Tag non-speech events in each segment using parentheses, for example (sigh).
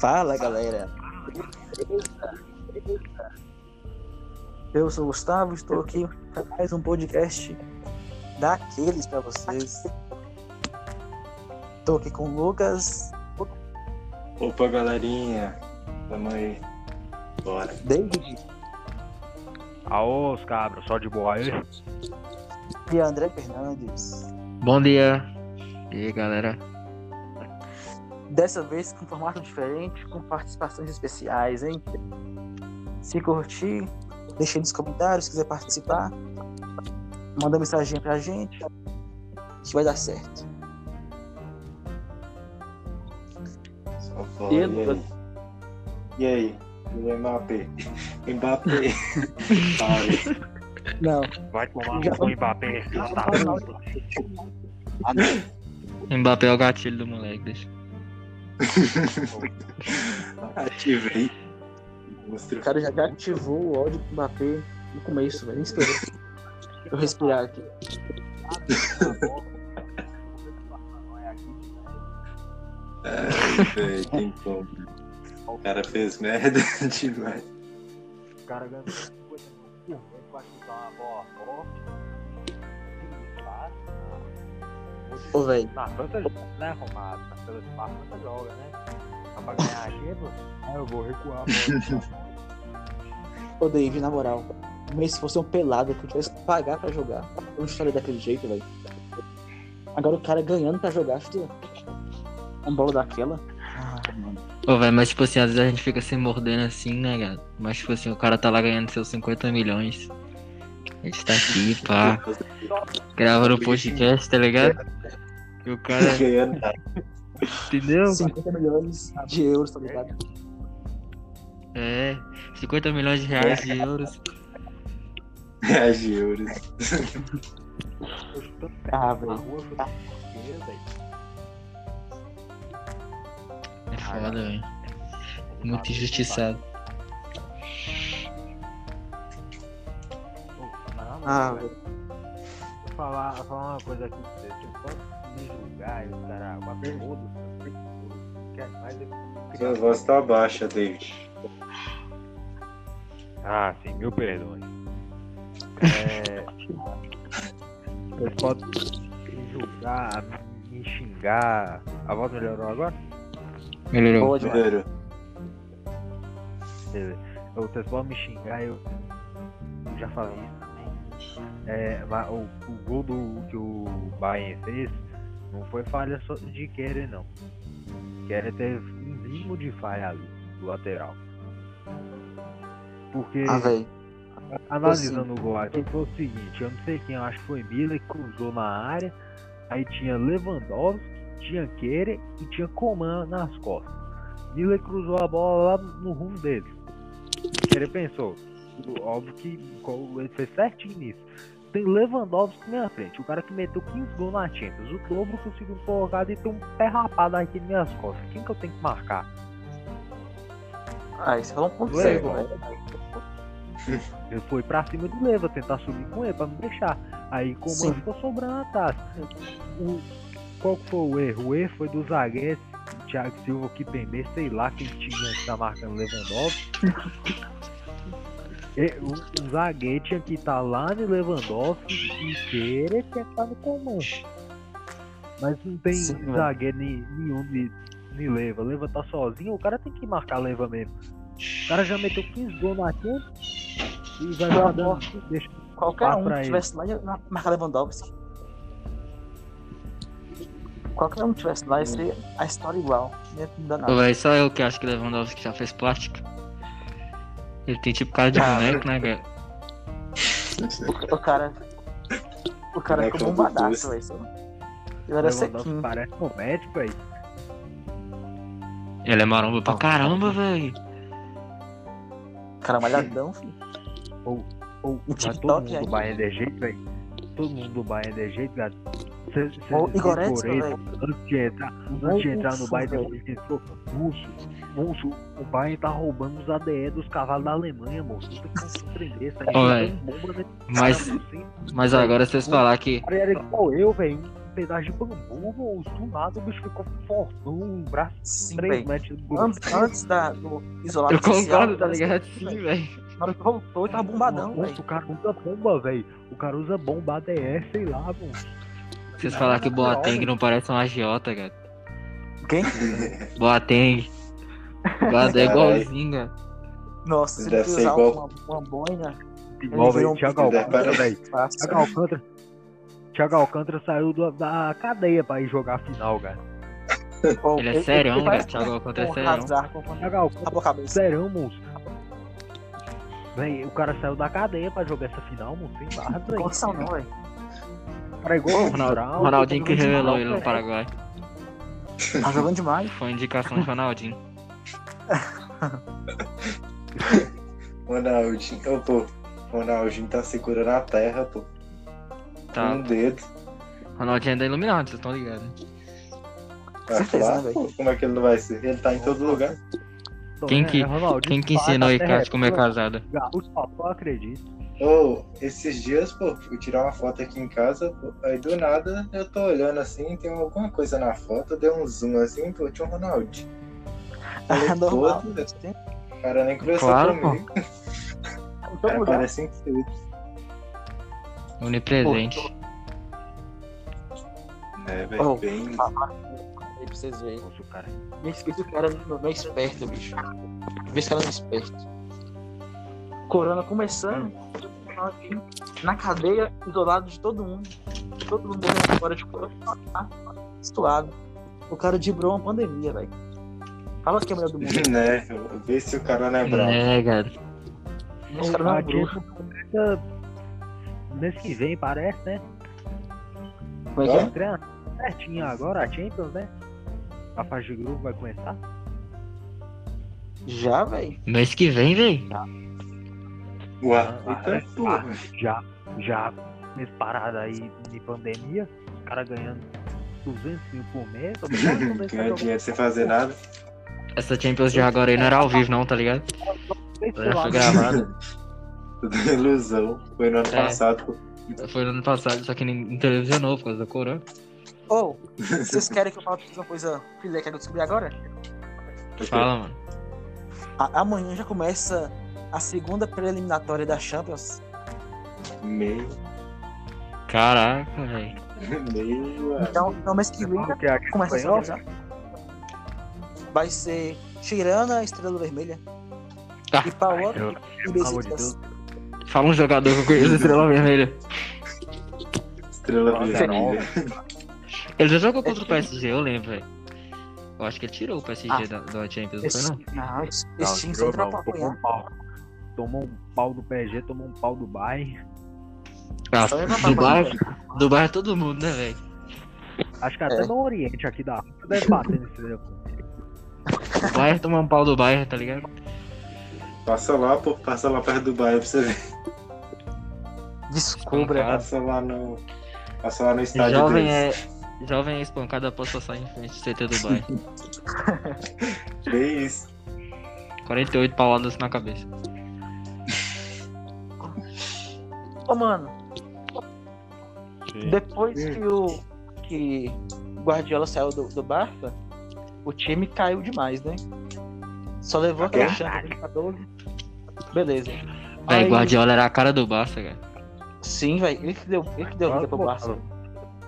Fala galera, eu sou o Gustavo, estou aqui para mais um podcast daqueles para vocês. Estou aqui com o Lucas, Opa, galerinha. Tamo aí. Bora. David Aô, os cabros, só de boa aí. e André Fernandes. Bom dia. E aí, galera? Dessa vez com formato diferente, com participações especiais, hein? Se curtir, deixe nos comentários se quiser participar. Manda mensagem pra gente. Que vai dar certo. Só bora. E aí? E aí? O Mbappé. (laughs) (laughs) Mbappé. Pare. Não. Vai tomar no cu, (laughs) Mbappé. Tá Mbappé é o gatilho do moleque, deixa. Ativei. Monstro. O cara já, já ativou o ódio do Mbappé no começo, velho. Nem (laughs) esperou. Eu respirar aqui. Véi, Tem como. O cara fez merda (laughs) demais. O cara ganhou 50 mil. Vai chutar uma bola forte. Ô, velho. Na França joga, né, Romário? Na França na França joga, né? Só pra ganhar tempo, (laughs) aí eu vou recuar a bola. Ô, David, na moral. Mas se fosse um pelado que eu tivesse que pagar pra jogar, eu não estaria daquele jeito, velho. Agora o cara ganhando pra jogar, acho que uma bola daquela. Ah, mano. Ô, velho, mas tipo assim, às vezes a gente fica se mordendo assim, né, gato? Mas tipo assim, o cara tá lá ganhando seus 50 milhões. A gente tá aqui, (laughs) pá, gravando o podcast, tá ligado? E o cara, Ganhando. entendeu? 50 milhões de euros, tá ligado? (laughs) É, 50 milhões de reais de euros. Reage euros. Eu chutando Ah, na velho. rua, chutando na esquerda, velho. É foda, velho. Muito injustiçado. Ah, Ah, velho. vou falar, vou falar uma coisa aqui pra vocês. Vocês podem me julgar, eu, cara, uma bermuda, quer mais Sua voz tá baixa, David. Ah, sim, mil perdões. É... (laughs) Vocês podem me julgar, me xingar. A voz melhorou agora? Melhorou. Boa Tá demais. Primeiro. Beleza. Vocês podem me xingar, eu eu já falei isso também. É, mas o, o gol do, que o Bayern fez não foi falha só de querer, não. Querer teve um mínimo de falha ali, do lateral. Porque Ah, velho. Analisando o gol aqui, foi o seguinte, eu não sei quem, eu acho que foi Miller que cruzou na área, aí tinha Lewandowski, tinha Keira e tinha Coman nas costas. Miller cruzou a bola lá no rumo dele. Keira pensou, óbvio que qual- ele fez certinho nisso. Tem Lewandowski na minha frente, o cara que meteu 15 gols na Champions, o dobro que o segundo colocado e tem um pé rapado aqui nas minhas costas. Quem que eu tenho que marcar? Ah, isso é um ponto Leva. certo, velho. Ele foi pra cima do Leva, tentar subir com ele, pra não deixar. Aí como Sim. ficou sobrando a taça. O, qual que foi o erro? O erro foi do zagueiro, Thiago Silva, que pender, sei lá quem tinha que tá marcando (laughs) Lewandowski. E o, o zagueiro tinha que estar lá no Lewandowski e Keira tinha que estar no comando. Mas não tem Sim, mano. zagueiro ni- nenhum de, de Leva. Leva tá sozinho, o cara tem que marcar Leva mesmo. O cara já meteu 15 gols na frente e vai Tá pra bom. morte. Deixa Qualquer Pá um pra que ele. tivesse lá ia na- marcar Lewandowski. Qualquer um que tivesse lá ia ser a história igual. Não ia mudar Ô, nada. velho, só eu que acho que Lewandowski já fez plástica. Ele tem tipo cara de Ah, boneco, né, cara? O cara. O cara Moleque ficou é um bombadaço, velho. Ele era Lewandowski sequinho. parece um médico aí. Ele é maromba pra caramba, velho. Cara malhadão, filho. Ou, O mas todo TikTok mundo aí. do Bayern é jeito, velho. Todo mundo do Bayern é jeito, cara. Cê, cê, Ó, o cê Goretzka, porém, velho. antes de entrar, antes de entrar no Nossa, Bayern, velho. ele pensou, assim, moço, moço, o Bayern tá roubando os ADE dos cavalos da Alemanha, moço. Não tem como se prender, tá Ó, jogando bomba nesse Mas, cara, moço, hein? mas agora vocês falar que O cara era igual eu, velho. Um pedaço de bambu, ou do nada o bicho ficou fortão, um braço Sim, de 3 velho. metros do Antes, antes da, do isolado Eu concordo, social, tá ligado? (laughs) velho. Sim, velho. Na hora que voltou, ele tava bombadão, Nossa, velho. o cara usa bomba, velho. O cara usa bomba ADS, sei lá, mano. Vocês falaram que Boateng não parece um agiota, cara. Quem? Boateng. Boateng é igualzinho, cara. Nossa, se Deve ele ser usar igual- uma, uma boina, virou Igual, velho. um Thiago puta Alcântara, da- velho. fácil. Thiago Alcântara. Thiago Alcântara saiu do- da cadeia pra ir jogar a final, cara. Pô, Ele é serião, velho. parece Thiago Alcântara é um serião. Hazard, quando Thiago Alcântara, tapou a cabeça. serão, moço. Véi, o cara saiu da cadeia pra jogar essa final, moço. Sem barra, Não tem velho. condição não, velho. Cara, é igual o O Ronaldo. Ronaldinho que jogando de revelou mal, ele no velho. Paraguai. Tá jogando demais. Foi indicação de Ronaldinho. Ronaldinho, ô, pô. Ronaldinho tá segurando a terra, pô. Com Tá. um dedo. Ronaldinho é da Iluminado, vocês estão ligados. né? Vai Certeza, falar, né, pô, como é que ele não vai ser? Ele tá em todo lugar. Então, Quem né, que- é Ronaldinho Quem que de fato, ensinou o até Icardi como é revelou. casado? Gaúcho papou, acredito. Ô, esses dias, pô, eu tirar uma foto aqui em casa, pô, aí do nada eu tô olhando assim, tem alguma coisa na foto, deu um zoom assim, pô, tinha um Ronaldinho. (laughs) É (laughs) normal. Todo, o cara nem conversou Claro, pô. comigo. O Todo cara é. lugar. parece incrível. Onipresente. É, velho, Oh. bem. (laughs) Aí pra vocês verem. Nossa, o cara. Me esqueci o cara não não é esperto, bicho. Vê se o cara não é esperto. Corona começando. Na cadeia, isolado de todo mundo. Todo mundo morrendo fora de corona. tá? Suado. O cara dibrou uma pandemia, velho. Fala que é a melhor do (laughs) mundo. né, vê se o cara não é bravo. É, cara. Esse cara não é A um bruxo. dieta começa mês que vem, parece, né? Como é que é? Entrando certinho agora, a Champions, né? A fase de grupo vai começar. Já, velho. Mês que vem, véi. Uau, Ah, eita, é. pô. Ah. Já, já, nesse parada aí de pandemia, os caras ganhando 200 mil por mês. tá obrigado, começa a (laughs) Ganhar jogar. dinheiro sem fazer nada. Essa Champions de agora aí não era ao vivo, não, tá ligado? Sei Já lá, foi gravada. Tudo é ilusão. Foi no ano É. passado, pô. Foi no ano passado, só que não televisionou por causa da corona. (laughs) Ou, vocês querem que eu fale pra vocês uma coisa filé que eu descobri agora? Fala, mano. A- amanhã já começa a segunda preliminatória da Champions. Meio, (laughs) Caraca, velho. meio. ah, Então, no (laughs) mês que vem Como que é aqui começa a espanhol? Champions já. Vai ser Tirana, Estrela Vermelha. Tá. E Paok Ai, e Ah, pelo amor de Deus. Besiktas. Fala um jogador que eu conheço estrela vermelha. Estrela né? Nossa, vermelha. Ele já jogou contra o PSG, eu lembro, velho. Eu acho que ele tirou o PSG da, da Champions, não Esse, foi não? não, esse, Não, esse time tirou sempre não, vai pra tomou apanhar. um pau. Tomou um pau do PSG, tomou um pau do Bayern. Só vai Ah, pra Dubai, apanhar. Dubai é todo mundo, né, velho? Acho que até É. no Oriente aqui da África deve bater nesse telefone. O Bayern toma um pau do Bayern, tá ligado? Passa lá, pô, passa lá perto do bairro pra você ver. Descubra. Passa lá no. Passa lá no estádio Jovem deles. é, jovem é espancado após passar em frente do CT do Bayern. Bem isso. 48 pauladas na cabeça. Ô, mano, depois Sim. que o que o Guardiola saiu do, do Barça, o time caiu demais, né? Só levou aquela Champions pra 12. Beleza. Véi, Aí- Guardiola era a cara do Barça, cara. Sim, velho. Ele que deu, ele que deu vida Agora, pro pô, Barça.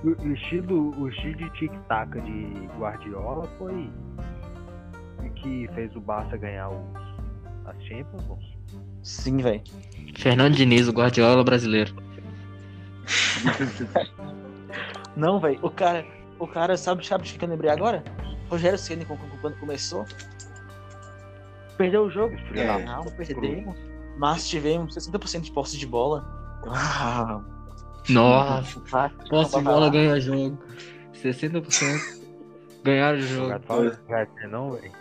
O, o estilo, o estilo de tic-tac de Guardiola foi o que fez o Barça ganhar os, as Champions. pô. Sim, velho. Fernando Diniz, o Guardiola brasileiro. Não, velho. O cara, o cara sabe, sabe de que eu lembrei agora? Rogério Ceni com- com- quando começou. Perdeu o jogo. É. Não, não perdemos. Mas tivemos 60% de posse de bola. Ah, Nossa, vai, posse de vai bola lá. ganha jogo. 60% ganharam o O jogo. gato fala que vai ser não, velho.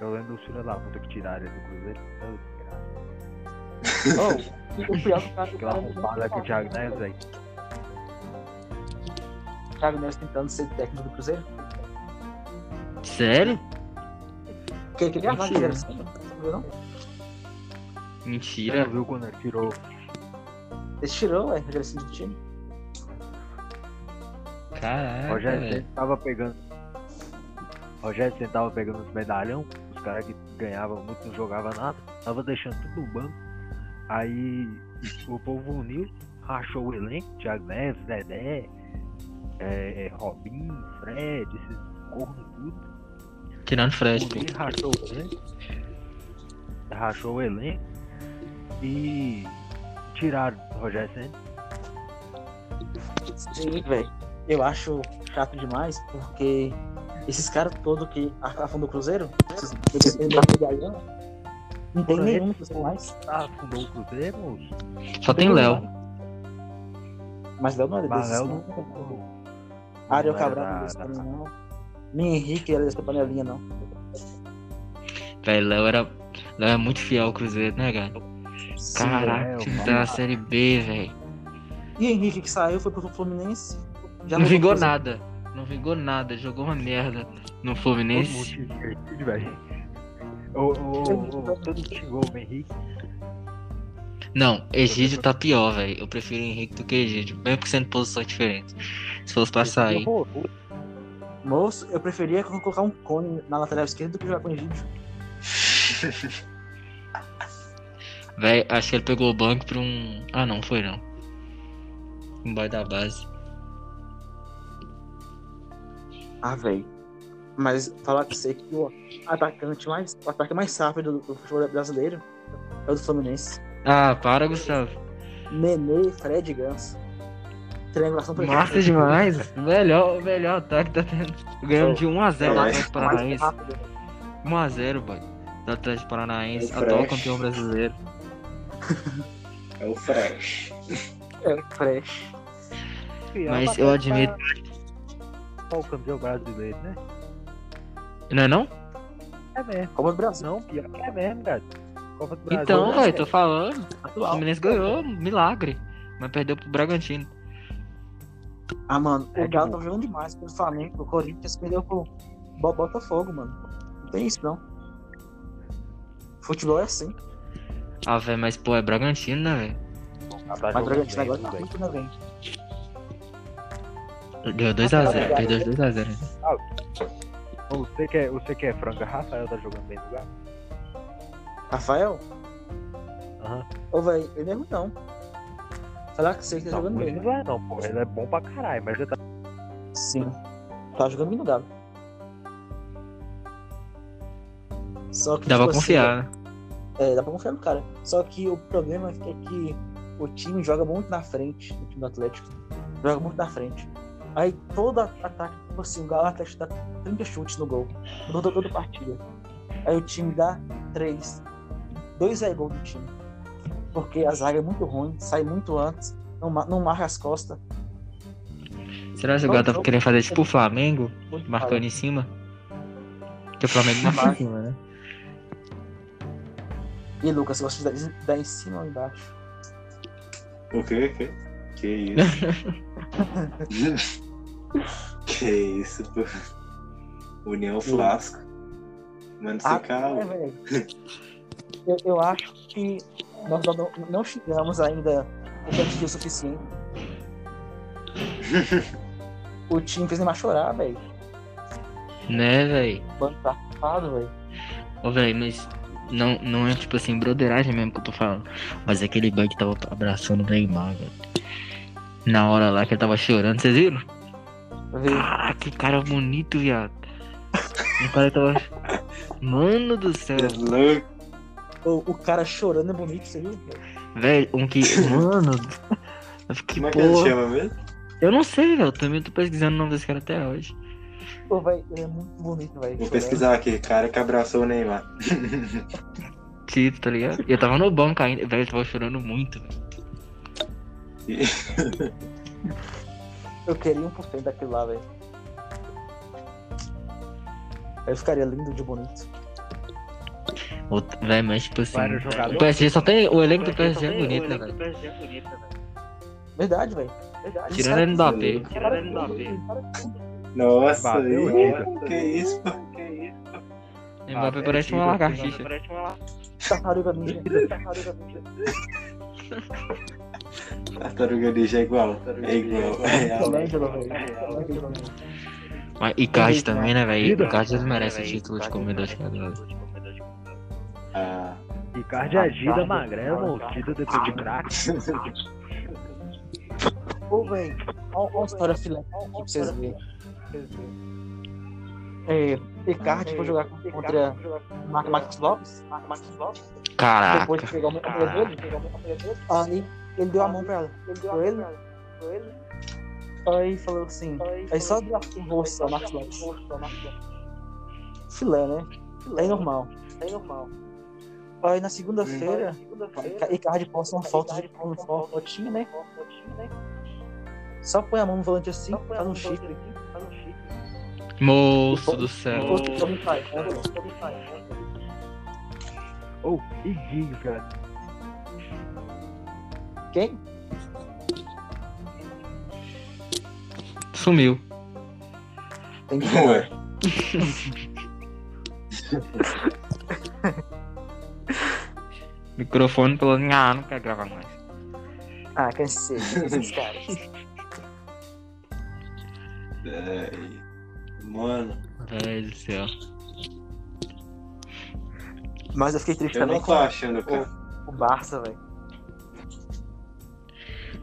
Eu lembro do filho da puta que tiraram ele do Cruzeiro. Meu Deus, Oh, o pior que o cara. o Aquela cara- arrombada que o Thiago Neves, é. velho. O Thiago Neves tentando ser técnico do Cruzeiro. Sério? Porque ele queria a vaga do Mentira. Rogério Ceni. Você viu, não? Você não Mentira. viu quando ele tirou? é, Ele tirou, velho, o Rogério Ceni do time. Caraca, Rogério velho. sempre tava pegando. Rogério sempre tava pegando os medalhão, os caras que ganhavam muito não jogavam nada, tava deixando tudo no banco. Aí o povo uniu, rachou o elenco, Thiago Neves, Dedé, é, Robinho, Fred, esses corno tudo. Tirando Fred, pô. Ele rachou o elenco. Rachou o elenco. E tiraram o Rogério Senna. Sim, velho. Tipo, Eu acho chato demais, porque esses caras todos que afam do Cruzeiro, esses- eles têm uma medalhão, não tem nenhum que tem mais. Tá, fundou o Cruzeiro, moço. Só tem Léo. Mas Léo não era Mas desses. Léo não. não. Ariel não Cabral não era era desse da- também, não. Nem Henrique era dessa panelinha, não. Velho, Léo era. Léo é muito fiel ao Cruzeiro, né, cara? Sim, velho. É, Caraca, o time tá na Série B, velho. E Henrique que saiu foi pro Fluminense. já Não mudou vingou pro Cruzeiro. nada. Não vingou nada. Jogou uma merda no Todo Fluminense. mundo se divertiu, velho. Ô, ô, ô, ô, Todo mundo xingou o Henrique. Não, Egídio tá pior, velho. Eu prefiro Henrique do que Egídio, mesmo que sendo posições diferentes. Se fosse pra sair. Horroroso. Moço, eu preferia colocar um cone na lateral esquerda do que jogar com o Egídio. Velho, acho que ele pegou o banco pra um. Ah, não, foi não. Embaixo da base. Ah, velho. Mas falar pra você que o atacante mais. O ataque mais rápido do, do futebol brasileiro é o do Fluminense. Ah, para, Gustavo. Nenê, Fred e Ganso. Triangulação perfeita. Massa demais. (laughs) O melhor, o melhor ataque tá tendo. Ganhando de 1x0 É, do Atlético Mais Paranaense. rápido. 1x0, boy. Do Atlético Paranaense, É atual fresh. campeão brasileiro. É o Fresh. É, o Fred. Mas eu admito. Qual o campeão brasileiro, né? Não é não? É mesmo. Copa do Brasil. Não, pior que é mesmo, cara. Copa do é Brasil. Então, né, velho, tô falando. O Atual. Fluminense ganhou, milagre. Mas perdeu pro Bragantino. Ah, mano, É o Galo tá de jogando demais pro Flamengo, pro Corinthians, perdeu pro Bo- Botafogo, mano. Não tem isso, não. Futebol é assim. Ah, velho, mas pô, é Bragantino, né, velho? Tá Mas o jogando Bragantino bem, agora tá velho. muito, né, velho? Deu 2x0, perdeu 2x0. Ô, Você que é- você que é franga, Rafael tá jogando bem no lugar? Rafael? Aham. Ô, velho, ele não é ruim, não. Falar que você que tá Não, jogando ele bem, né? não é não, pô. Ele é bom pra caralho, mas ele tá. Sim. Tá jogando bem no Galo. Só que, Dá pra tipo assim, confiar, né? É, dá pra confiar no cara. Só que o problema é que o time joga muito na frente, o time do Atlético. Joga muito na frente. Aí todo a- ataque, tipo assim, o Galo Atlético dá 30 chutes no gol. Toda, toda partida. Aí o time dá 3. 2 é gol do time. Porque a zaga é muito ruim, sai muito antes, não, ma- não marca as costas. Será que o Galo Não, tava não. querendo fazer tipo o Flamengo? Muito Marcando em cima? Porque o Flamengo marca em cima, né? E Lucas, você gosta de dar- dar em cima ou embaixo? O quê? O quê? Que isso? que isso, pô. União Flasco. Mano, você Ah, É, calma. velho. (laughs) Eu, eu acho que nós não, não- não chegamos ainda competitivo o suficiente. (laughs) o time fez Neymar chorar, velho. Né, velho? O bando tá arrumado, velho. Ô, velho, mas não, não é tipo assim, broderagem mesmo que eu tô falando. Mas aquele boy que tava abraçando o Neymar, velho. Na hora lá que ele tava chorando, vocês viram? Veio Ah, que cara bonito, viado. O cara tava. Mano do céu. Você é louco. O, o cara chorando é bonito, você viu? velho? Velho, um que. Mano. Eu fiquei, Como é que ele porra. chama mesmo? Eu não sei, velho. Eu também tô pesquisando o nome desse cara até hoje. Pô, velho, ele é muito bonito, velho. Vou chorando. pesquisar aqui. Cara que abraçou o Neymar. Tito, tá ligado? E eu tava no banco ainda. Velho, eu tava chorando muito, velho. Eu queria 1% daquilo lá, velho. Eu ficaria lindo de bonito. Outro- Velho, mas tipo assim. Vários jogadores. O PSG só tem. O elenco do PSG é bonito, né, velho? Verdade, velho. Verdade. Tirando ele da P. é Nossa, Bateu, ih, hein? que isso, pô. Mbappé Ah, parece uma é, tipo, lagartixa. Tartaruga ninja. Tartaruga ninja. Tartaruga Ninja é igual. É igual. É real. Michelangelo, velho. Michelangelo. Mas Icardi também, né, velho? Vida. Icardi merece o título de comedor de quadrado. Ah, (laughs) Ricardo é Dida Magrelo, Dida depois de crack. Ô, velho, olha uma história filé aqui pra vocês verem. É, Icardi foi jogar contra Mar- Marcos Lopes. Depois de Caraca. pegar o mulher dele, aí ele deu a mão pra ela. Tá. Pra ele, aí falou assim. Aí só deu a força ao Marcos Lopes. Filé, né? Filé normal. É Aí na segunda-feira, Icardi posta uma foto de uma fotinha, né? Só põe a mão no volante assim, faz um chifre. Moço do céu. Enquanto o homem faz. Ou, e Giggs, cara. Quem? Sumiu. Tem que ué. Microfone falou, ah, não quero gravar mais. Ah, cansei. Esses caras. é, Mano, Velho do céu. Mas eu fiquei triste eu também não com tô achando, cara. o Barça, velho.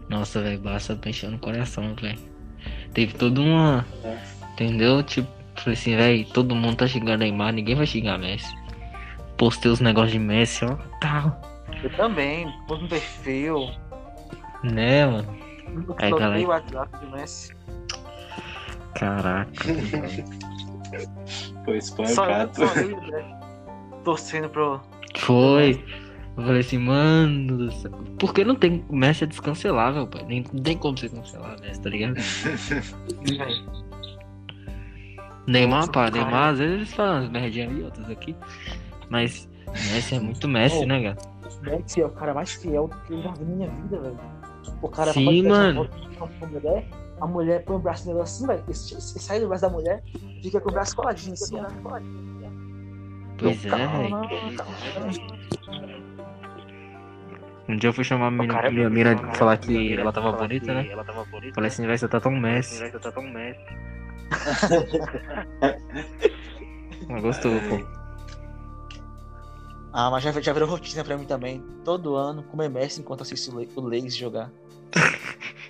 Nossa, velho, basta mexendo no coração, velho. Teve toda uma. Entendeu? Tipo, falei assim, velho, todo mundo tá xingando Neymar, ninguém vai xingar Messi. Postei os negócios de Messi, ó. Tá. Eu também. Pôs um perfil. Né, mano? Nunca Aí, bloqueei É, galera. o WhatsApp do Messi. Caraca. Foi Só espancado. eu, só eu e o André. Torcendo pro. Foi. Eu falei assim, mano do céu. Porque não tem. o Messi é descancelável, pai. Nem não tem como você cancelar o Messi, tá ligado? (laughs) Neymar, pá, Neymar, às vezes eles falam umas merdinhas ali, outras aqui. Mas Messi é muito Messi, Oh. né, cara? Messi é o cara mais fiel que eu já vi na minha vida, velho. O cara Sim, pode pegar mano. uma foto com uma mulher, a mulher põe o braço nela assim, velho. e se- se Sai do braço da mulher, fica com o braço coladinho assim, ó. Pois é, velho. Calma, calma. Um dia eu fui chamar a menina, cara é minha mina de falar que ela tava bonita, né? Ela tava bonita. Falei assim, vai, você tá tão Messi. Você tá tão mestre. Ela gostou, pô. Ah, mas já, já virou rotina pra mim também. Todo ano, comer Messi enquanto assisto o Le- o Leis jogar.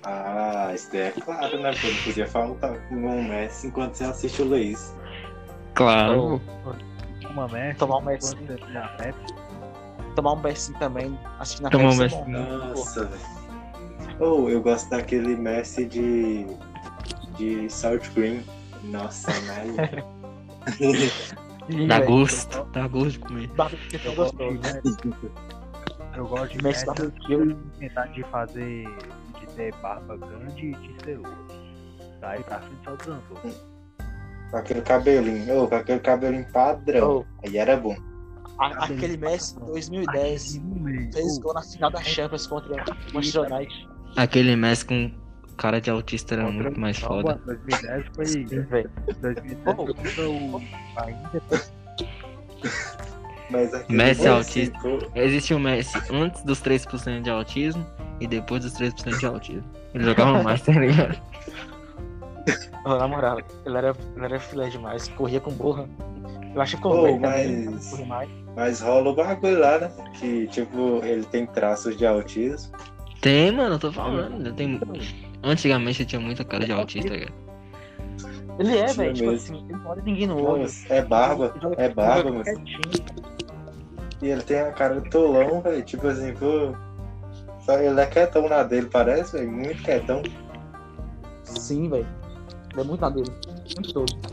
Ah, isso daí é claro, né? Porque não podia faltar com um Messi enquanto você assiste o Luiz. Claro. Uma mestre. tá Tomar um Messi. Tomar um Messi também, assistir na Tomar um Pepsi é Messi. bom. Nossa, velho. Ou eu gosto daquele Messi de. de South Green. Nossa, (laughs) né? Ih, Dá velho, gosto. então. Dá gosto de comer. barbecue tão Eu gosto de gostoso, né? Eu gosto de Messi mestre. barba antes de eu- eu tentar de fazer. de ter barba grande e de ser ouro. Daí pra frente só desandou. com aquele cabelinho. Ou com aquele cabelinho padrão. Ô, Aí era bom. a- Aquele Messi 2010 fez gol na final da Champions contra o Manchester United. Aquele Messi com cara de autista era muito mais Copa foda. 2010 foi. Sim, velho. 2010 Ô. (laughs) foi o. Ainda Mas aquele Messi Messi, é autista. pô, Existe o um Messi antes dos 3% de autismo e depois dos 3% de autismo. (laughs) Ele jogava mais, tá ligado? Ô, Na moral, ele era, ele era filé demais, corria com borra. Eu acho que Ô, corria mas- também. corria mais. Mas rola o bagulho lá, né? Que, tipo, ele tem traços de autismo. Tem, mano, eu tô falando. eu tenho- Antigamente eu tinha muita cara de autista, cara. Ele é, Tinha velho, tipo mesmo. assim, ele não olha ninguém no olho. Nossa, é barba. Ele joga- É barba, joga mas. quietinho. E ele tem a cara de tolão, velho. Tipo assim, pô. Só ele é quietão na dele, parece, velho. Muito quietão. Sim, velho. Ele é muito na dele. Muito todo.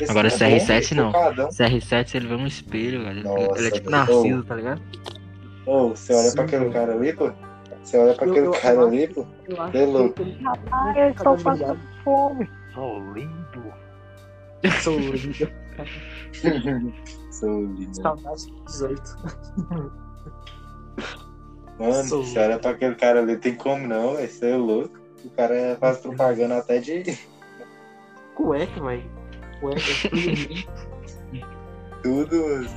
Esse Agora tá bom, CR7 não. focadão. CR7, ele vê um espelho, velho. Nossa, ele é velho. tipo Narciso, tá ligado? Ô, você olha Sim, pra aquele velho. cara ali, pô. Você olha pra Eu- aquele eu- eu cara acho ali, pô. Eu acho Ele é louco. que ele- tá eu Cada estou um passando fome. Sou lindo. Sou lindo. (laughs) Sou lindo. Saudades do 18. Mano, sou- você olha pra aquele cara ali, tem como não, velho. Você é louco. O cara faz propaganda até de (laughs) Cueca, velho. Cueca. tudo. mano.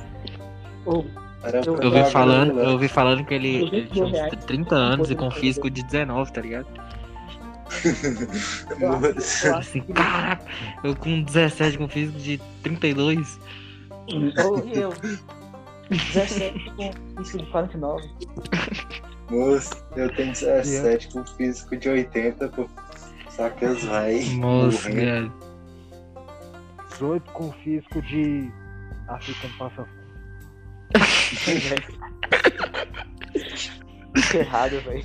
Ou Era Eu- pra né? Eu ouvi pagar falando, o eu ouvi falando que ele, ele 200 tinha uns reais. 30 anos e com físico de 19, tá ligado? Lula. Eu acho Assim, que- caraca, eu com 17 com físico de 32. Ou eu. 17 com risco de 49. Moço, eu tenho 17 com físico de 80, pô. Só que as vai. Nossa, morrer. cara. 18 com fisco de africano passa fome. Que é errado, velho.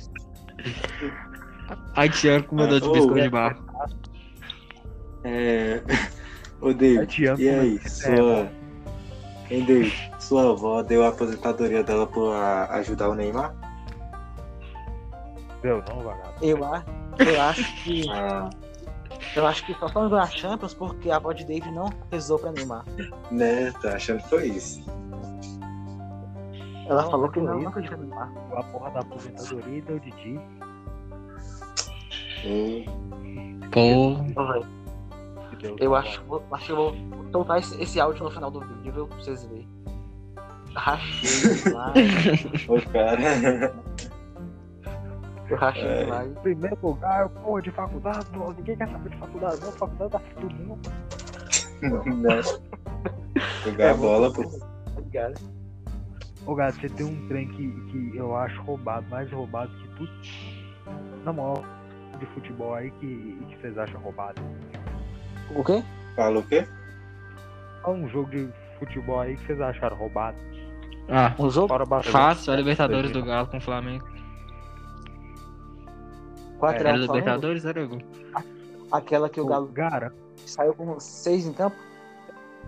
Ai, Tiago com meu Ah, dor de ô, biscoito é- de barro. É. (laughs) Ô, David, tá Te amo, e mas aí? você é Sua. Hein, David? Sua avó deu a aposentadoria dela pra ajudar o Neymar? Deu não, vagabundo. Eu, a- eu acho que. Ah, Eu acho que só falando da Champions porque a voz de Dave não rezou pra Neymar. né? Tá achando que foi isso. Ela Não, falou que tipo, não não, foi não isso. acredita no Neymar. A porra da aposentadoria então, e deu Didi. Hum, Pô, Ô, velho, que deu Eu Didi. acho, vou- acho que eu vou soltar esse, esse áudio no final do vídeo, viu? Pra vocês verem. Rachei (laughs) demais. o (laughs) cara. Né? Eu rachei É. demais. Em primeiro lugar, eu, porra, de faculdade, não, ninguém quer saber de faculdade, não, faculdade tá todo mundo. né? É, Jogar a bola, pô. Tá ligado? Ô, gato, você tem um trem que, que eu acho roubado, mais roubado que tudo. Na moral, de futebol aí que, que vocês acham roubado. O quê? Fala o quê? Qual um jogo de futebol aí que vocês acharam roubado? ah, Um jogo? Fora Uhum. bater. fácil, a Libertadores do Galo com o Flamengo. 4 Era x 1 Libertadores, era gol. Aquela que o Galo Cara, saiu com 6 em campo.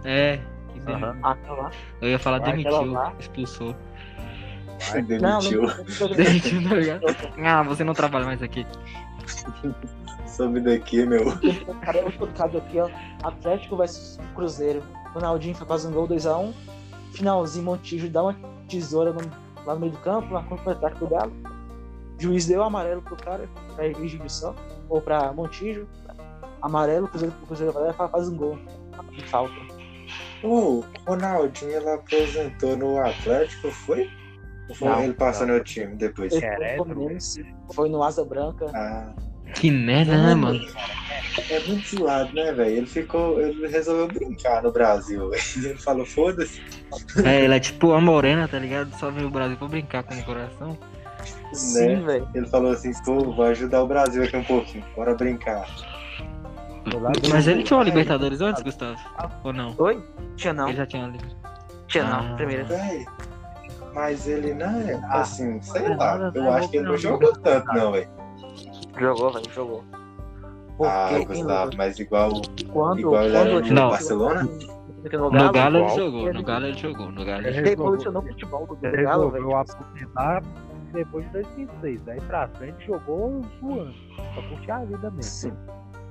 É, e demi- aham. Aquela Ah, tá lá. eu ia falar Vai, aquela demitiu, lá. (laughs) expulsou. Não, Demitiu. não. Demitiu, tá (laughs) ligado? Ah, você não trabalha mais aqui. Sobe daqui, meu. Cara, eu tô colocado aqui, ó. Atlético versus Cruzeiro. Ronaldinho faz um gol 2x1. Finalzinho, Montijo dá uma tesoura no- lá no meio do campo, na contra-ataque do Galo. Juiz deu amarelo pro cara, pra Egídio só, ou pra Montijo. Amarelo, Cruzeiro, Cruzeiro vai lá e fa- faz um gol. De falta. O Ronaldinho ele apresentou no Atlético, foi? Ou foi Não, ele passou não. no time depois? Ele foi Queredo, no Fluminense, foi no Asa Branca. Ah, Que merda, né, mano? é muito zoado, né, velho? Ele ficou. Ele resolveu brincar no Brasil. (laughs) velho. Ele falou, foda-se, É, ela é tipo a morena, tá ligado? Só veio o Brasil pra brincar com o coração. Sim, velho. Ele falou assim, pô, vou ajudar o Brasil aqui um pouquinho, bora brincar. Foi lá Mas do- ele tinha uma Libertadores antes, Gustavo? Ou não? Oi? Tinha não, Ele já tinha uma Libertadores. tinha Ah. não, primeiro. Véi, mas ele, né, Ah, assim, sei não é lá, nada, eu não é acho que ele não nada. jogou tanto, não, velho. Jogou, velho, jogou. Ah, Porque em Gustavo, mas igual. Quando, Igual ele era quando no Não. Barcelona? No No Galo ele igual. jogou, no Galo ele jogou, no Galo ele Ele ele resolveu- evolucionou o futebol do ele Galo, velho. resolveu aposentar depois de 2006. Daí pra frente jogou um zoando, pra curtir a vida mesmo. Sim,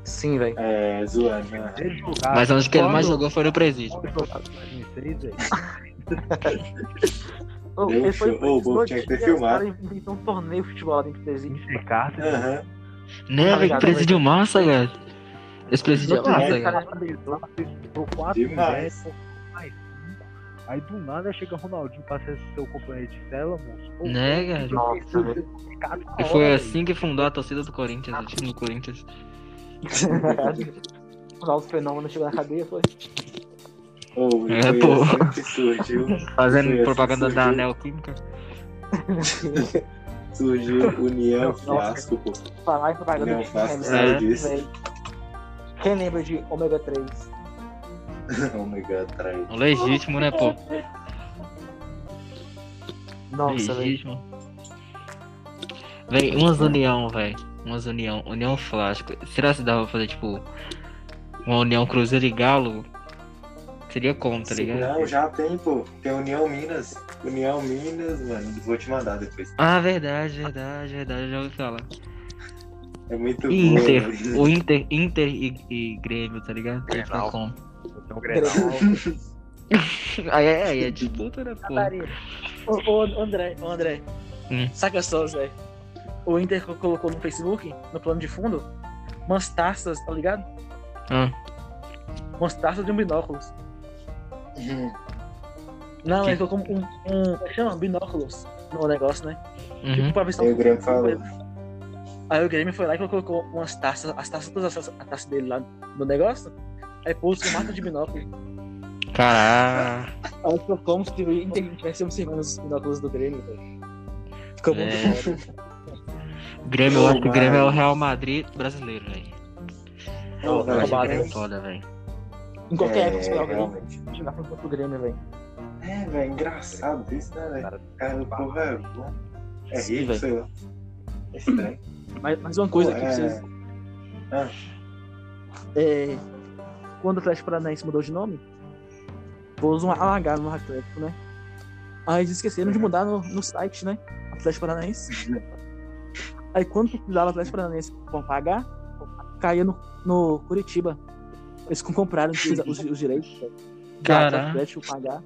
Sim, velho. É, zoando, né? Ele jogava- Mas onde que ele mais Ah, quando- jogou foi no presídio. quando jogava em 2006, velho, Ô, Eu Ele foi fi- ô, preso bom, dois tinha que ter dias, os filmado. caras inventam um torneio de futebol lá dentro do presídio. Inter Carter, Aham. Né, Tá velho? ligado, tá Que presídio massa, cara. Esse presídio é Exatamente, massa, cara. cara. Ficou 4 Demais. velho, mais 5. Aí do nada chega Ronaldinho pra ser seu companheiro de cela, moço. Pô, Né, cara? Nossa, velho. né? cada hora, E foi velho. assim que fundou a torcida do Corinthians, o time do Corinthians. (laughs) O Ronaldo Fenômeno chegou na cadeia, foi. Ou É, foi pô. assim que surgiu, Foi assim Fazendo que propaganda da surgiu. Neoquímica. surgiu (laughs) União Nossa. Fiasco, pô. Falar em propaganda Não de faço Fernandes, nada disso. velho. Quem lembra de ômega 3? Ômega 3. O legítimo, né, pô? Nossa, velho. Legítimo. Véi, umas união, véi. Umas união, união flasco. Será se dava pra fazer, tipo, uma união Cruzeiro e Galo? Seria como, tá ligado? Não, já tem, pô. Tem União Minas. União Minas, mano. Vou te mandar depois. Ah, verdade, verdade, verdade, eu já ouvi falar. É muito bom. E Inter, (laughs) mano. o Inter, Inter e, e Grêmio, tá ligado? Tem que Grenal. falar como. Então, Grenal, Aí é, aí é disputa, né, pô? Ô, ô, André, ô, André. Hum. Saca é só, Zé. O Inter co- colocou no Facebook, no plano de fundo, umas taças, tá ligado? Ah. Umas taças de um binóculos. Não, Que- ele colocou um, um. Como é que chama? Binóculos no negócio, né? Uhum. Tipo, pra ver se Aí o Grêmio falou. Aí o Grêmio foi lá e colocou umas taças, as taças, todas as a taça dele lá no negócio. Aí pôs um mato de binóculo. Caralho. Aí trocamos que é inteligência semana os um binóculos do Grêmio, velho. Ficou muito É. foda. Grêmio, eu acho que o Tomara. Grêmio é o Real Madrid brasileiro, velho. Não, Eu acho que o Tomara. Grêmio é foda, velho. Em qualquer né? época você é, jogava Grêmio, realmente. jogava contra o Grêmio, velho. É, velho, engraçado isso, né, velho? Cara, Cara, o povo é bom. É Sim, rico, velho. sei lá. É estranho. Mas, mas uma coisa Pô, que é- vocês. Ah. É, quando o Atlético Paranaense mudou de nome, pôs um AH no Atlético, né? Aí eles esqueceram de mudar no, no site, né? Atlético (laughs) Paranaense. Aí quando precisava Atlético Paranaense pra pagar, caía no, no Curitiba. Eles com- compraram os, os- os direitos do Caraca. Atlético pagar.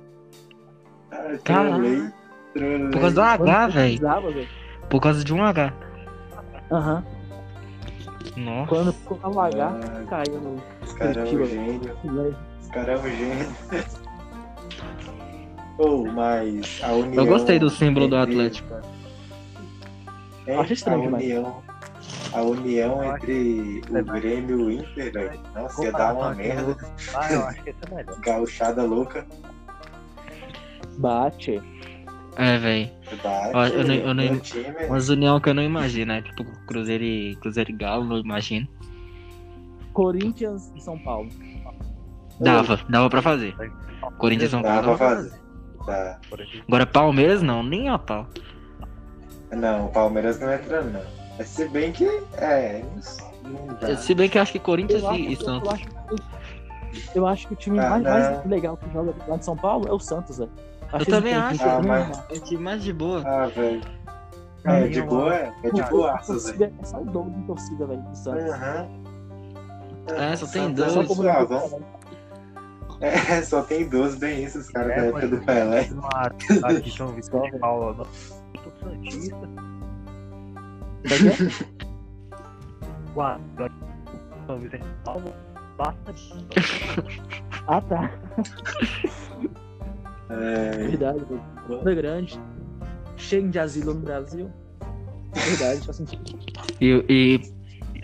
Ah, Caralho. trolei, trolei. Por causa do H, Quando velho. precisava, velho. Por causa de um H. Aham. Nossa. Quando colocava o H, Ah, caía no né? Os caras é um Curitiba. gênio. Curitiba. Os caras é um gênio. (laughs) Ou, mas a união... Eu gostei do símbolo do entre- Atlético. É, Acho estranho a demais. união, a união Eu acho entre o Grêmio e o Inter, velho. Nossa, ia dar uma merda. Ah, eu acho que esse é melhor. Gauchada louca. Bate. É, velho. Bate, Ó, eu não- eu não- um time, Umas união que eu não imagino, né? Tipo, Cruzeiro e, Cruzeiro e Galo, não imagino. Corinthians e São Paulo. Dava, dava pra fazer. Corinthians e São Dá pra Paulo. fazer. Dá. (laughs) Agora Palmeiras não, nem a pau. Não, o Palmeiras não entra, não. Mas Se bem que. É, não não dá. Se bem que É. eu acho que Corinthians Eu acho, e, e eu Santos. acho- eu acho que o time Ah, mais, não. mais legal que joga lá de São Paulo é o Santos, velho. Eu também acho. um Ah, mas- É o time mais de boa. Ah, velho. É, Hum, de eu- boa, é. É de boaças, velho. Ah, É só o dobro de torcida, velho, do Santos. É Aham. É, só tem Santana dois. Só e como Suavão. É, só tem dois, bem isso, os caras da É, época mano. do Pelé. Não acho, acho que São Vitor de Paula, não. Eu sou santista. Uau, São Vicente de Paula, basta. Ah, tá. É, Verdade, velho. Onda grande. Cheio de asilo no Brasil. É Verdade, faz sentido. E, e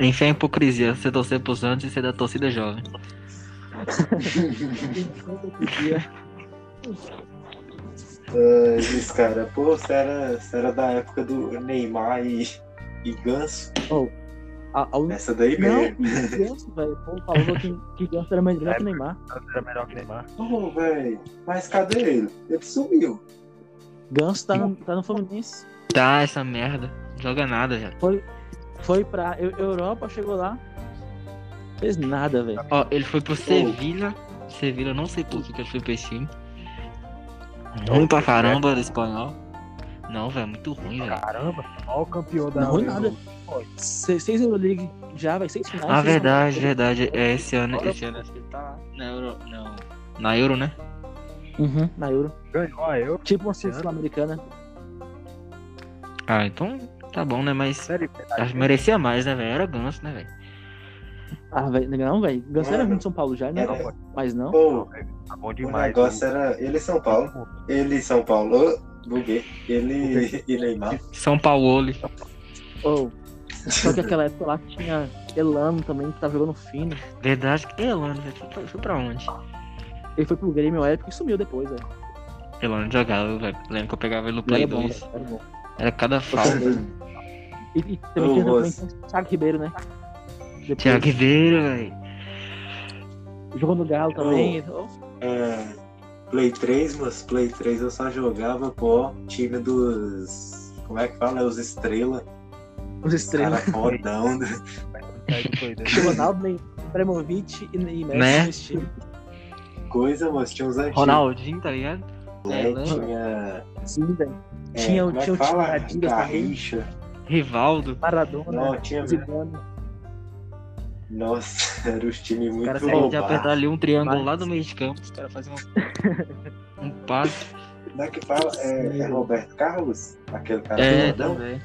enfim, a hipocrisia. Você torcer pro Santos e ser da torcida jovem. é, esses caras, pô, você era, você era da época do Neymar e, e Ganso. A, a, un- Essa daí Não, mesmo. que Ganso, velho. O povo falou que, que Ganso era mais melhor que o Neymar. Era melhor que Neymar. Pô, velho. Mas cadê ele? Ele sumiu. Ganso tá no, tá no Fluminense. Tá, essa merda. Não Joga nada, velho. Foi pra Eu- Europa, chegou lá. Fez nada, velho. Ó, ele foi pro Sevilha. Sevilha, eu não sei por que que ele foi pra esse time. Ruim pra caramba do espanhol. Não, velho, muito ruim, velho. Caramba, olha o campeão da Não, ruim Euro. nada. Seis, seis Euroleague já, vai seis finais. Ah, seis verdade, finais. verdade. É esse ano, esse ano acho que ele tá na Euro. Não. Na Euro, né? Uhum, na Euro. Ganhou a Euro. Tipo uma Esse ano? sul-americana. Ah, então tá bom, né? Mas Sério, acho que merecia mais, né, velho? Era ganso, né, velho? Ah, velho, não, velho. Ganso era Mano, ruim de São Paulo já, né? Era, Mas não. né? pô, tá bom o demais. negócio é era ele e São Paulo. Ele e São Paulo. Ô, Buguei. Ele e Neymar. São Paulo. Ou. Só que aquela época lá tinha Elano também, que tava jogando fino. Verdade que tem Elano, velho. Foi pra- Foi pra onde? Ele foi pro Grêmio na época e sumiu depois, velho. Elano jogava, velho. Lembro que eu pegava ele é né? no Ele Play era bom, 2. velho, era bom. Era cada falta. E, e também Eu tinha também gosto. tinha o Thiago Ribeiro, né? Depois, Tiago Ribeiro, velho. Jogou no Galo também. Ô, É, Play 3, mas Play 3 eu só jogava pô, time dos. Como é que fala? Os estrela. Os estrelas. Cara fodão. né? (laughs) Ronaldo, Ney- Ibrahimovic e e Messi Né? nesse time. Coisa, mas tinha uns antigos. Ronaldinho, tá ligado? né? né? Tinha. Sim, velho. é, Tinha o- como é tinha o que fala? time da Adidas também. Garrincha. Rivaldo. Maradona, Não, é tinha mesmo. Zidane. Nossa, (laughs) era os times muito caras saíam Ele de já roubados. apertar ali um triângulo Mas- lá do meio de campo. Os caras faziam um, um passe. Como é que fala? É, é Roberto Carlos? Aquele cara É, fodão? também.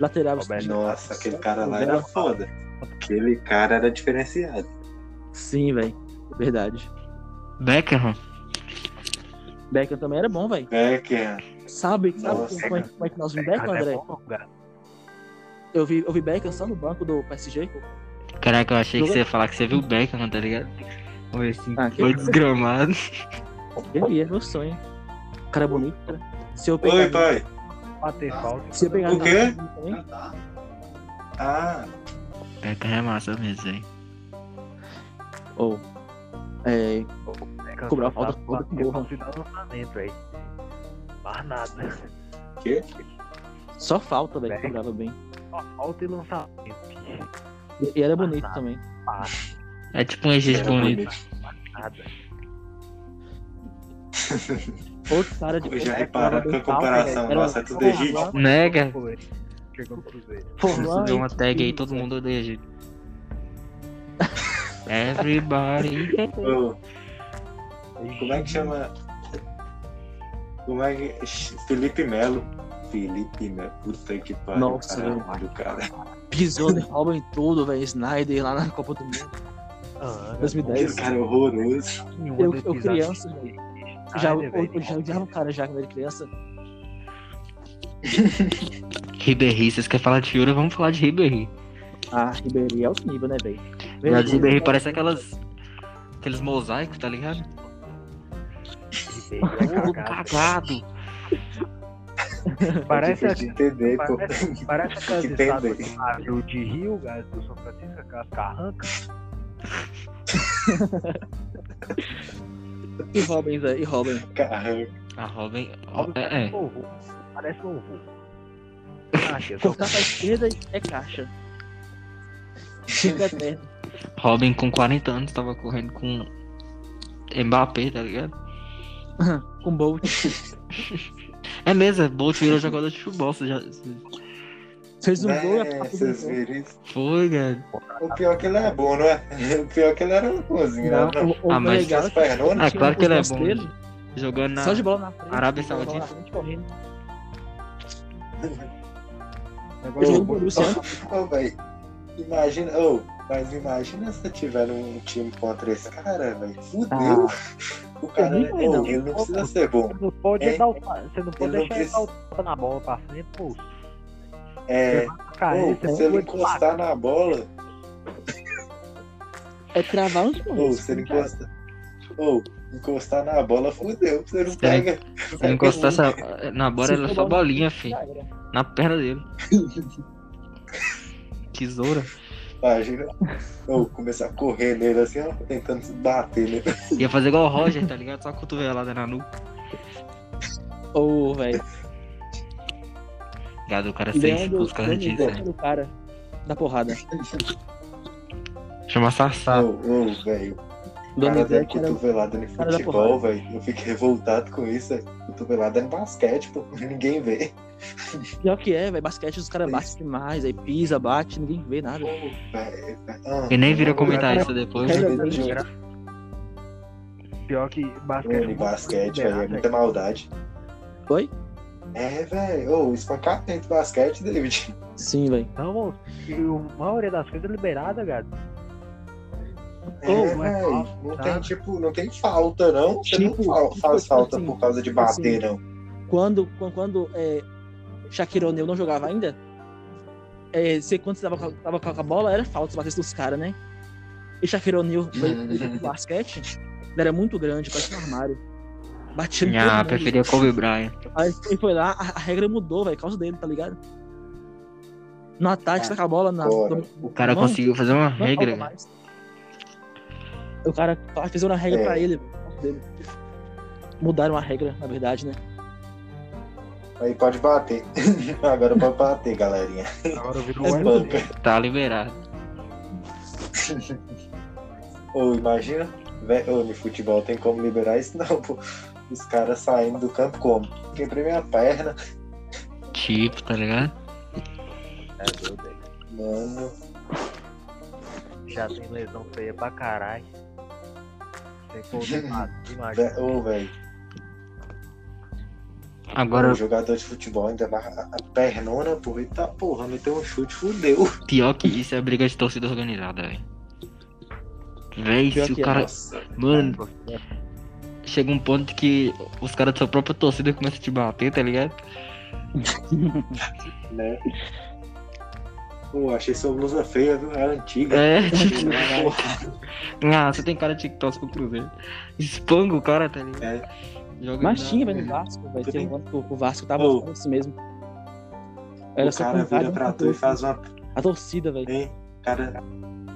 Lateral. Roberto. Nossa, aquele é cara lá né? era foda. Aquele cara era diferenciado. É Sim, velho. Verdade. Beckham. Beckham também era bom, velho. Becker. Sabe, sabe Nossa, como, é, como é que nós vimos Beckham, Cara, é André? bom, não, cara. Eu vi, eu vi Beckham só no banco do PSG. Caraca, eu achei que você ia falar que você viu o Beckham, tá ligado? Foi assim, Ah, que- foi desgramado. (laughs) Eu ia, é meu sonho. O cara é bonito, cara. Se eu pegar. Oi, pai. Bater Ah, falta. Se eu pegar O quê? também, Ah, Beckham é massa mesmo, velho. Ou. É, Beckham Cobrar só falta, sabe puta que né? bater porra. pra final do lançamento, velho. Mais nada. né? quê? só falta, velho, que Beckham. cobrava bem. Só falta e lançamento. E- E era bonito Ah, tá. também. É tipo um egípcio Era bonito. Nada. Outro cara Tá de. Eu já outro repararam cara que a do Falcao, comparação velho, era nossa é tudo Forlan, egípcio. Né, cara? Foi. Chegou pro Cruzeiro. Forlan Deu uma e- tag aí, todo mundo odeia Egito. Everybody. né? Ô, como é que chama? Como é que. Felipe Melo. Felipe Melo. Puta que pariu. Nossa, É cara, velho. do cara. Pisou de palma em (laughs) tudo, velho. Snyder lá na Copa do Mundo. Ah, 2010. Esse cara é horroroso. um Eu- eu criança, velho. Já, Já, eu, eu já odiava o cara já quando era criança. Ribéry, vocês querem falar de Fiora? Vamos falar de Ribéry. Ah, Ribeirinho é outro nível, né, velho? Já de Ribéry parece aquelas. Aqueles mosaicos, tá ligado? Todo cagado. Parece, Difícil de entender, pô. (laughs) parece, parece aquelas Que estátuas tem, do Fábio de Rio, gás do São Francisco, aquelas carrancas. E Robin, velho. E Robin. Caramba. A Robin. Óbvio que É, é. parece um ovo. Parece (laughs) um ovo. Caixa, só Cortar pra esquerda é caixa. (laughs) Fica perto. Robin com 40 anos tava correndo com. Mbappé, tá ligado? Com Bolt. É mesmo, é Bolt (laughs) virou jogador de futebol. Você já... Fez um gol e Né, vocês a viram isso? Foi, cara. O pior é que ele é (laughs) bom, não é? O pior é que ele era bonzinho, né? Não. o, o Ah, mas legal é As que pernas, Ah, claro que ele é os bom. dele, Jogando na. Só de bola na frente. Arábia bola na Saudita. frente, correndo. Eu joguei no Ô, Borussia. né? ô, véi, Imagina, ô, mas imagina se tiver um time contra esse cara, velho. Fudeu. Ah. o cara, nem vai, ô, não. ele não precisa ser bom. Você não pode É. exaltar, você não pode Ele não deixar precisa- exaltar na bola pra frente, pô. É, Cara, ô, esse se ele é um golaço. encostar na bola, É travar os ou gols. se ele encosta. Ou encostar na bola, fudeu. Você não Se pega. Se ele encostar essa- na bola, né? Se ela é for só bola- bolinha, filho. Já era. Na (laughs) perna dele. Tesoura. Imagina. Ou começar a correr nele assim, ó, tentando se bater nele. Ia fazer igual o Roger, tá ligado? Só a cotovelada na nuca. Ô, velho. Gado, o cara é fez Leandro, expulso por causa disso. né? Leandro, o cara da porrada. Chama Sassá. Ô, ô, velho. O cara deu Donizete era cotovelada no cara da futebol, velho. Eu fico revoltado com isso. velho. Cotovelada é no basquete, pô. (laughs) Ninguém vê. pior que é, velho. Basquete, os caras batem demais. Aí pisa, bate, ninguém vê nada. E E nem vira comentarista depois. né? é Pior que basquete. No basquete, velho, é muita maldade. Oi? É, velho, ô, espancamento basquete, David. Sim, velho. Não, moço, e a maioria das coisas é liberada, gado. É, Ô, velho, mas falta, não tá? tem, tipo, não tem falta, não. Você Tipo, não fa- tipo faz falta assim, por causa de tipo bater, Quando, quando, quando é, Shaquille O'Neal não jogava ainda, é, você, quando você tava, com a- tava com a bola, era falta se batesse dos caras, né? E Shaquille O'Neal foi pro basquete, ele era muito grande, parecia um armário. Batia em Ah, todo mundo. preferia Kobe Bryant. Aí ele foi lá, a, a regra mudou, velho, por causa dele, tá ligado? No ataque, você tá com a bola na. Agora, O cara Não, conseguiu fazer uma não regra. falta mais. O cara fez uma regra É. pra ele, velho, por causa dele. Mudaram a regra, na verdade, né? não. Aí pode bater. (laughs) Agora pode bater, galerinha. Agora virou É um Espanca. Tá liberado. Ou imagina, velho, ô, no futebol tem como liberar isso, (laughs) não, pô. Os caras saindo do campo como? Quebrei minha perna. Tipo, tá ligado? Mano, Já tem lesão feia pra caralho. (laughs) Sem condenado, imagina. velho, ô, velho. Agora, O jogador de futebol ainda mais a a pernona, porra, e tá porra, meteu um chute, fudeu. pior que isso é briga de torcida organizada, velho. Véi, Pior se que o é, cara. Nossa. Mano, chega um ponto que os caras da sua própria torcida começam a te bater, tá ligado? né? Pô, achei sua blusa feia, viu? É antiga. né? É, tipo, (laughs) ah, você tem cara de TikTok pro Cruzeiro. Espanga o cara, tá ligado? É. Joga Mas na- tinha, velho, no Vasco, velho. Tu Tem tem- um ano que o Vasco tava é. Ô. oh. assim mesmo. Era O só cara contar vira de pra uma tu e torcida. faz uma. A torcida, velho. Hein? O cara,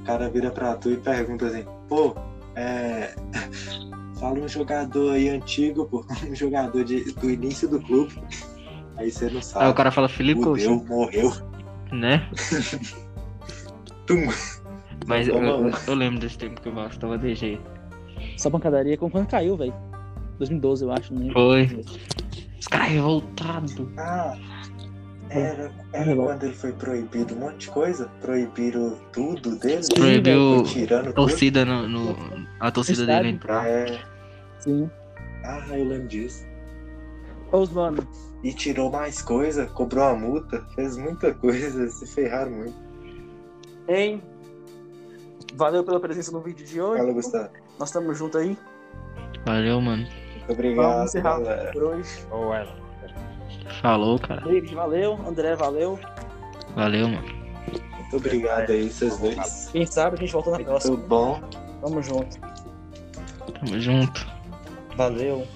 o cara vira pra tu e pergunta assim, pô, é. (laughs) Fala um jogador aí antigo, pô. (laughs) Um jogador de, do início do clube. Aí você não sabe. Aí É, o cara fala Felipe Fudeu, Coutinho, morreu. né? (laughs) Tum. Mas eu, Toma eu, um. eu lembro desse tempo que o Vasco tava de jeito. Essa pancadaria como quando caiu, velho. 2012, eu acho, né? Foi. Os caras revoltados. Ah, É, era, era quando ele foi proibido um monte de coisa. Proibiram tudo dele. Proibiu foi tirando tudo. torcida no, no- a torcida Estádio. dele entrar. É, Sim. ah, eu lembro disso. Ô, os mano, E tirou mais coisa, cobrou uma multa, fez muita (laughs) coisa, se ferraram muito. hein? Valeu pela presença no vídeo de hoje. Fala, Gustavo. Nós estamos juntos aí Valeu, mano. Muito obrigado, Vamos encerrar. galera. por hoje. Ou ela. Falou, cara. David, valeu. André, valeu. Valeu, mano. Muito obrigado aí, vocês dois. Quem sabe a gente volta na Tudo próxima. bom. Tamo junto. Tamo junto. Valeu.